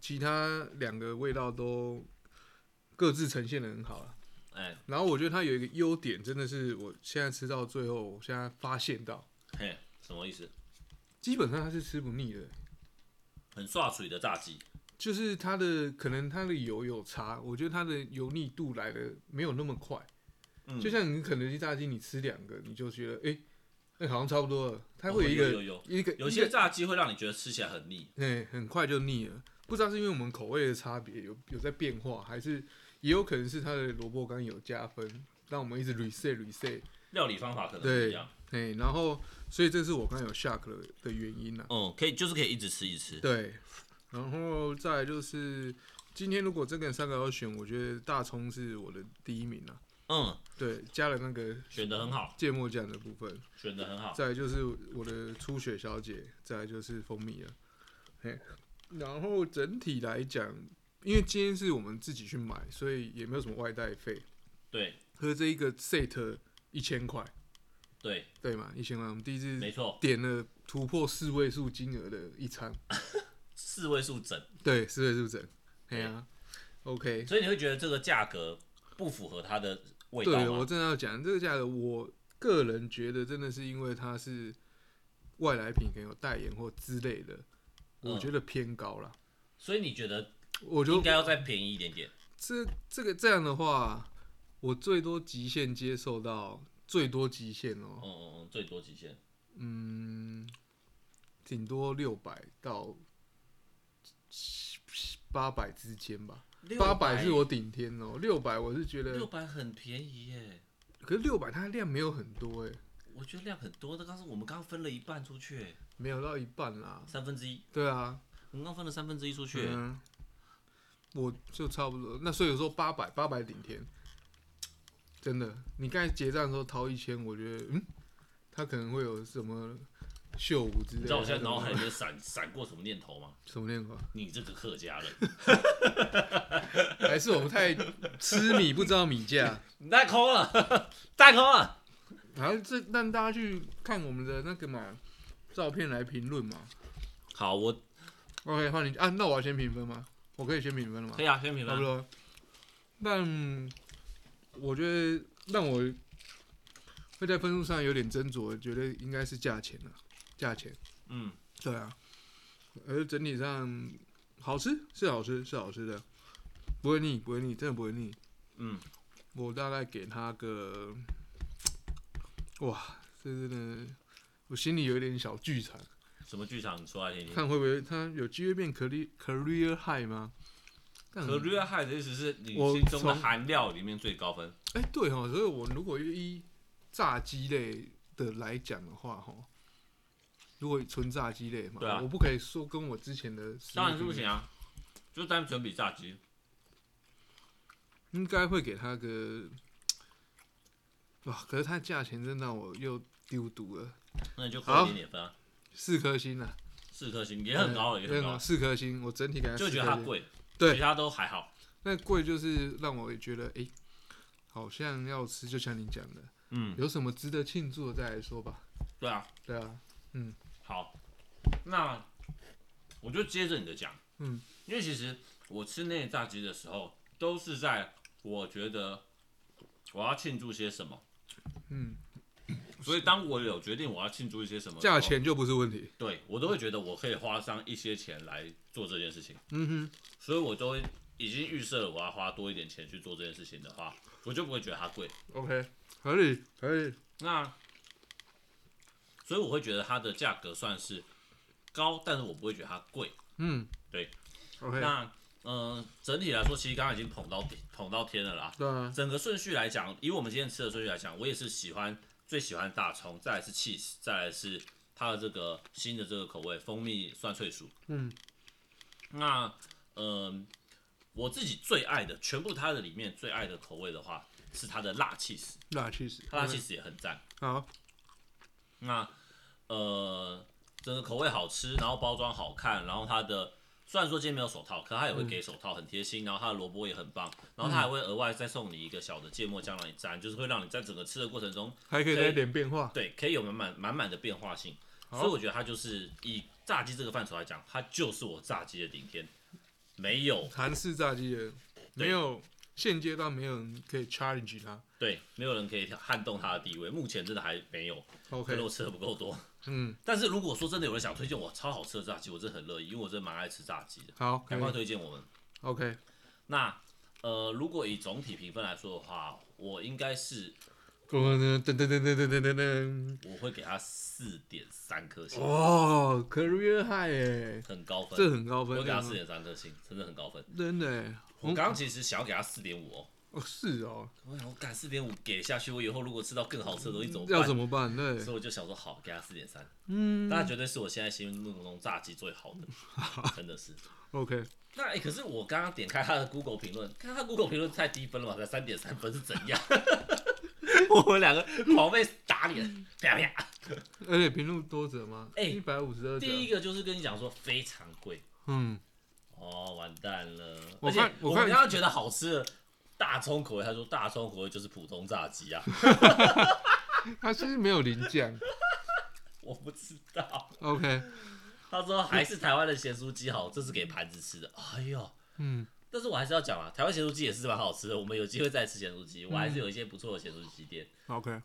S2: 其他两个味道都各自呈现的很好了。
S1: 哎、
S2: 然后我觉得它有一个优点，真的是我现在吃到最后，我现在发现到，
S1: 嘿，什么意思？
S2: 基本上它是吃不腻的，
S1: 很刷嘴的炸鸡，
S2: 就是它的可能它的油有差，我觉得它的油腻度来的没有那么快。
S1: 嗯
S2: 就像你肯德基炸鸡，你吃两个你就觉得哎，哎、好像差不多了，它会有一
S1: 哦
S2: 个
S1: 有有有
S2: 一个
S1: 有
S2: 一
S1: 些
S2: 个
S1: 炸鸡会让你觉得吃起来很腻，
S2: 对，很快就腻了。不知道是因为我们口味的差别有有在变化，还是也有可能是它的萝卜干有加分，让我们一直 reset reset。
S1: 料理方法可能不一样。
S2: 哎，然后所以这是我刚有 shock 的的原因啊啦、
S1: 嗯，可以，就是可以一直吃一直吃。
S2: 对，然后再来就是今天如果真的三个要选，我觉得大葱是我的第一名啦、
S1: 嗯，
S2: 对，加了那个
S1: 选的很好，
S2: 芥末酱的部分，
S1: 选的很好。
S2: 再来就是我的初雪小姐，再来就是蜂蜜了。嘿，然后整体来讲，因为今天是我们自己去买，所以也没有什么外带费。
S1: 对
S2: 和这一个 set 一千块，
S1: 对，
S2: 对吗？一千块，我们第一次
S1: 没错，
S2: 点了突破四位数金额的一餐，
S1: 四位数整，
S2: 对，四位数整。嘿啊，OK，
S1: 所以你会觉得这个价格不符合它的味道
S2: 对
S1: 吗？
S2: 我正要讲这个价格，我个人觉得真的是因为它是外来品，可能有代言或之类的，我
S1: 嗯
S2: 觉得偏高了。
S1: 所以你觉得
S2: 我觉
S1: 应
S2: 得
S1: 该要再便宜一点点？
S2: 这这个这样的话，我最多极限接受到最多极限
S1: 嗯
S2: 哦，
S1: 嗯嗯，最多极限。
S2: 嗯，顶多六百到八百之间吧。八百是我顶天哦，六百我是觉
S1: 六
S2: 得，
S1: 百很便宜耶，
S2: 可是六百它量没有很多哎、
S1: 我觉得量很多的，但是我们刚刚分了一半出去，
S2: 没有到一半啦。
S1: 三分之一，
S2: 对啊，
S1: 我们刚分了三分之一出去，
S2: 嗯，我就差不多。那所以说八百，八百顶天，真的。你刚才结账的时候掏一千，我觉得嗯，他可能会有什么秀舞之类的。
S1: 你知道我现在脑海
S2: 还是
S1: 里面闪闪过什么念头吗？
S2: 什么念法？
S1: 你这个客家人，
S2: 还是我们太吃米不知道米价？ <laughs>
S1: 你太抠
S2: 啊
S1: 了，太抠了。
S2: 然后这让大家去看我们的那个嘛，照片来评论嘛。
S1: 好，我
S2: OK，换你啊，那我要先评分吗？我可以先评分了吗
S1: 可？以啊，先评
S2: 差不
S1: 分。
S2: 多。但我觉得让我会在分数上有点斟酌，觉得应该是价钱了、价钱。
S1: 嗯，
S2: 对啊，而整体上好吃是好吃是好吃的，不会腻不会腻，真的不会腻。
S1: 嗯，
S2: 我大概给他个，哇，这真的，我心里有一点小剧场，
S1: 什么剧场？你说来听听。
S2: 看会不会他有机会变 career career high 吗？但
S1: Career high 的意思是你
S2: 我
S1: 心中的
S2: 从
S1: 含料里面最高分。
S2: 哎、对哦，所以我如果一炸鸡类的来讲的话，哈，如果纯炸鸡类嘛，
S1: 对啊
S2: 我不可以说跟我之前的食物
S1: 当然是不
S2: 评
S1: 行
S2: 论
S1: 啊，
S2: 嗯
S1: 就单纯比炸鸡。
S2: 应该会给他个，哇！可是它价钱真让我又丢毒了，
S1: 那你就扣一点点分啊，
S2: 四颗星啊，
S1: 四颗星也很高了，也很
S2: 对
S1: 高
S2: 四颗星，我整体感
S1: 就觉得它贵，
S2: 对
S1: 其他都还好。
S2: 那贵就是让我觉得，诶，好像要吃，就像你讲的，
S1: 嗯，
S2: 有什么值得庆祝的再来说吧。
S1: 对啊，
S2: 对啊，
S1: 好，那我就接着你的讲，
S2: 嗯，
S1: 因为其实我吃那些炸鸡的时候，都是在我觉得我要庆祝些什么，
S2: 嗯，
S1: 所以当我有决定我要庆祝一些什么的时候
S2: 价，钱就不是问题。
S1: 对我都会觉得我可以花上一些钱来做这件事情。
S2: 嗯哼，
S1: 所以我都会已经预设了我要花多一点钱去做这件事情的话，我就不会觉得它贵。
S2: ，OK，合理合理。
S1: 那所以我会觉得它的价格算是高，但是我不会觉得它贵。
S2: 嗯，
S1: 对
S2: ，OK，
S1: 那嗯、呃整体来说，其实刚刚已经捧到底捧到天了啦。
S2: 对啊，
S1: 整个顺序来讲，以我们今天吃的顺序来讲，我也是喜欢最喜欢大葱，再来是 cheese，再来是它的这个新的这个口味蜂蜜蒜脆薯。
S2: 嗯，
S1: 那嗯、我自己最爱的，全部它的里面最爱的口味的话，是它的辣 cheese，
S2: 那确实，
S1: 它辣 cheese 也很赞。
S2: 好，
S1: 那呃，整个口味好吃，然后包装好看，然后它的虽然说今天没有手套，可它也会给手套，很贴心。然后它的萝卜也很棒，然后它还会额外再送你一个小的芥末酱让你沾，就是会让你在整个吃的过程中，
S2: 还可以
S1: 所以
S2: 再一点变化。
S1: 对，可以有满满满满的变化性。
S2: 好
S1: 所以我觉得它就是以炸鸡这个范畴来讲，它就是我炸鸡的顶天，没有
S2: 韩式炸鸡的，没有现阶段没有人可以 challenge 它。
S1: 对，没有人可以撼动它的地位。目前真的还没有，可能
S2: OK，
S1: 我吃的不够多。
S2: 嗯，
S1: 但是如果说真的有人想推荐我超好吃的炸鸡，我真的很乐意，因为我真的蛮爱吃炸鸡的，
S2: 好，
S1: 赶
S2: 可
S1: 快
S2: 以。
S1: 推荐我们。
S2: OK，
S1: 那呃，如果以总体评分来说的话，我应该是
S2: 噔噔噔噔噔噔噔噔
S1: 我会给它四点三颗星
S2: 噔，，哦，career high 哎，
S1: 很高
S2: 这
S1: 分，
S2: 很高
S1: 我
S2: 分
S1: 会给它
S2: 啊，
S1: 四点三颗星，真的很高分。
S2: 真的欸。
S1: 我刚刚其实想要给它四点五哦，
S2: 哦是哦，
S1: 我想我敢四点五给下去，我以后如果吃到更好吃的东西怎么办？
S2: 要怎么办？对
S1: 所，以我就想说，好，给他四点三，
S2: 嗯
S1: 那绝对是我现在心目中炸鸡最 <laughs> 好的，真的是。
S2: ，OK，
S1: 那哎、欸可是我刚刚点开他的 Google 评论，看他 Google 评论太低分了吧，才三点三分是怎样？ <laughs> 我们两个狂被打脸，啪啪。
S2: 而且评论多折吗？
S1: 哎
S2: 一百五十二折。
S1: 第一个就是跟你讲说非常贵，
S2: 嗯，
S1: 哦，完蛋了。
S2: 我
S1: 而且
S2: 看我
S1: 我
S2: 看
S1: 们刚刚觉得好吃的大葱口味，他说大葱口味就是普通炸鸡 <laughs> 啊，
S2: 它是没有零降。
S1: 我不知道。
S2: OK，
S1: 他说还是台湾的咸酥鸡好，这是给盘子吃的。哎呦。
S2: 嗯，
S1: 但是我还是要讲啊，台湾咸酥鸡也是蛮好吃的，我们有机会再吃咸酥鸡，我还是有一些不错的咸酥鸡店。
S2: ，OK，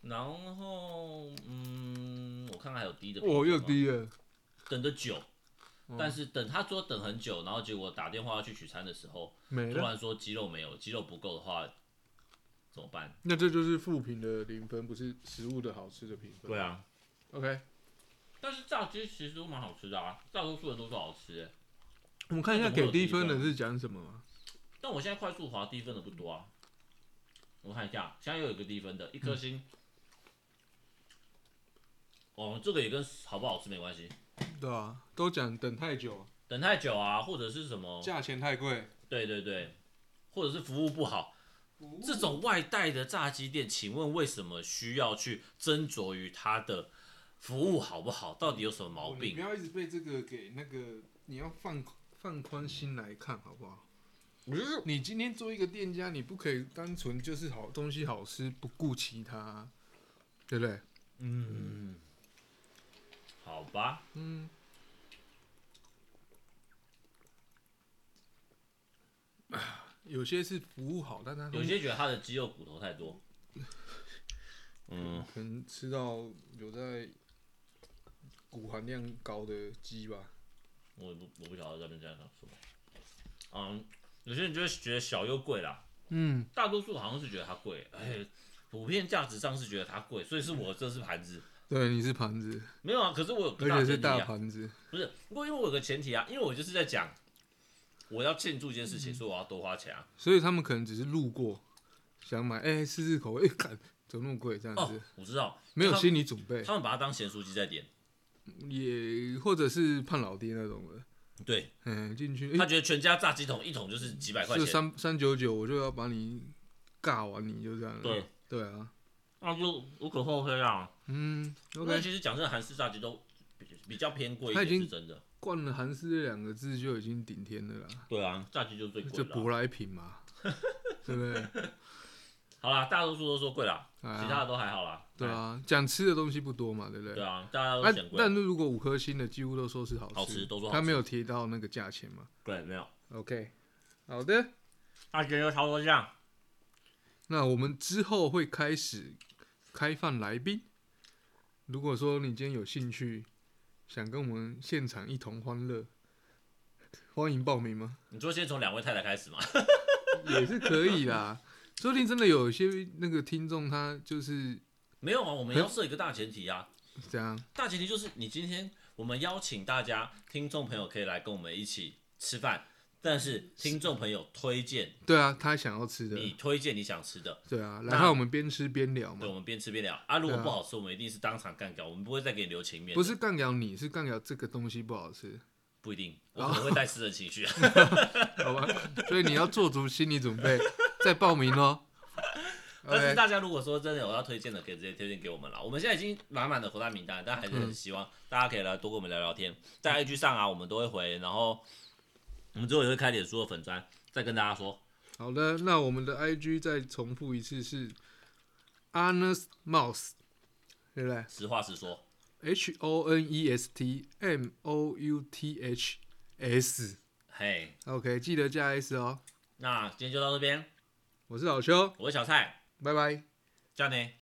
S1: 然后，嗯，我看看还有低的，
S2: 我又，低了。
S1: 等的久
S2: 哦，
S1: 但是等他说等很久，然后结果打电话要去取餐的时候，
S2: 没
S1: 突
S2: 了，
S1: 然说鸡肉没有，鸡肉不够的话怎么办？
S2: 那这就是负评的零分，不是食物的好吃的评分。
S1: 啊，
S2: ，OK，
S1: 但是炸鸡其实都蛮好吃的啊，大多数的都是好吃欸的。
S2: 我们看一下给低分的
S1: 啊
S2: 是讲什么啊吗？
S1: 但我现在快速滑低分的不多啊，我看一下，现在又有一个低分的，一颗星。哦，这个也跟好不好吃没关系，
S2: 对啊，都讲等太久，
S1: 等太久啊，或者是什么，
S2: 价钱太贵。
S1: 对对对，或者是服务不好，
S2: 哦
S3: 服务
S2: 嗯
S1: 这种外带的炸鸡店，请问为什么需要去斟酌于它的服务好不好？到底有什么毛
S2: 哦你不
S1: 病？
S2: 要一直被这个给那个，你要放放宽心来看，好不好？
S1: 我就是
S2: 你今天做一个店家，你不可以单纯就是好东西好啊吃不顾其他，对不对？
S1: 嗯，好吧，
S2: 嗯， <sighs> 啊有些是服务好，但它
S1: 有些觉得他的肌肉骨头太多，
S4: 嗯，
S2: 可能吃到有在骨含量高的鸡吧。
S1: 我也不我不晓得这边这样想说。
S4: 嗯，有些人就会觉得小又贵啦，
S2: 嗯，
S1: 大多数好像是觉得它贵，哎，普遍价值上是觉得它贵，所以是我这是盘子。
S2: 对，你是盘子，
S1: 没有啊，可是我有个
S2: 而
S1: 大
S2: 且
S1: 前
S2: 是
S1: 提
S2: 大
S1: 啊，
S2: 盘子。
S1: 不是，不过因为我有个前提啊，因为我就是在讲我要庆祝一件事
S4: 嗯
S1: 情，所以我要多花钱啊。
S2: 所以他们可能只是路过，想买，哎、试试口 <laughs> 味，看、怎么那么贵这样
S1: 哦
S2: 子，，
S1: 我知道，
S2: 没有
S1: 他们
S2: 心理准备，
S1: 他们把它当咸酥鸡在点，
S2: 也或者是胖老爹那种的，
S1: 对
S2: 嗯，进去，
S1: 他
S2: 哎、
S1: 觉得全家炸鸡桶一桶就是几百块
S2: 就
S1: 钱，
S2: 三三九九，我就要把你尬完，你就这样了。
S4: 对，
S2: 对啊，
S4: 那就无可厚非啊。
S2: 嗯
S1: 那
S2: ，OK，
S1: 其实讲真的，韩式炸鸡都比比较偏贵
S2: 他
S1: 一
S2: 已
S1: 点，
S2: 经
S1: 是真的。
S2: 冠了韩式这两个字就已经顶天了啦，
S1: 对啊，炸鸡就最贵
S2: 就
S1: 了啊。
S2: 舶来品
S1: <laughs>
S2: 嘛，对不对？
S1: 好啦，大多数都说贵啦，
S2: 哎呀
S1: 其他的都还好啦。
S2: 对
S1: 哎，
S2: 啊，讲吃的东西不多嘛，对不对？
S1: 对啊，大家都
S2: 啊
S1: 嫌，贵
S2: 但。是如果五颗星的几乎都说是好吃，
S1: 好吃都说好
S2: 他没
S1: 吃
S2: 有提到那个价钱嘛。
S1: 对，没有。
S2: OK，好的，
S4: 那今天就差不多这样，
S2: 那我们之后会开始开放来宾。如果说你今天有兴趣，想跟我们现场一同欢乐，欢迎报名吗？ <laughs>
S1: 你说先从两位太太开始嘛？
S2: 也是可以啦。说不定真的有一些那个听众，他就是
S1: 没有啊，我们要设一个大前提
S2: 哎
S1: 啊。
S2: 这样，
S1: 大前提就是你今天我们邀请大家听众朋友可以来跟我们一起吃饭，但是听众朋友推荐
S2: 对啊，他想要吃的，
S1: 你推荐你想吃的，
S2: 对啊，
S1: 那
S2: 然后我们边吃边聊
S1: 对，
S2: 嘛
S1: 我，们边吃边聊啊。如果
S2: 对啊
S1: 不好吃，我们一定是当场干掉，我们不会再给你留情面的。
S2: 不是干聊你，是干聊这个东西不好吃，
S1: 不一定，我可能会带私人情绪。
S2: 好吧？ <laughs> 所以你要做足心理准备，再报名哦。
S1: 但是
S2: OK，
S1: 大家如果说真的有要推荐的，可以直接推荐给我们了。我们现在已经满满的口袋名单，但还是很希望大家可以来多跟我们聊聊天，在 IG 上啊，我们都会回，然后我们之后也会开脸书的粉砖，再跟大家说。
S2: 好的，那我们的 IG 再重复一次是 honest mouse，对不对
S1: 实话实说，
S2: ？H O N E S T M O U T H S。
S1: 嘿，
S2: OK，记得加 S 哦。
S1: 那今天就到这边，
S2: 我是老邱，
S1: 我是小蔡，
S2: 拜拜。
S1: 这样呢。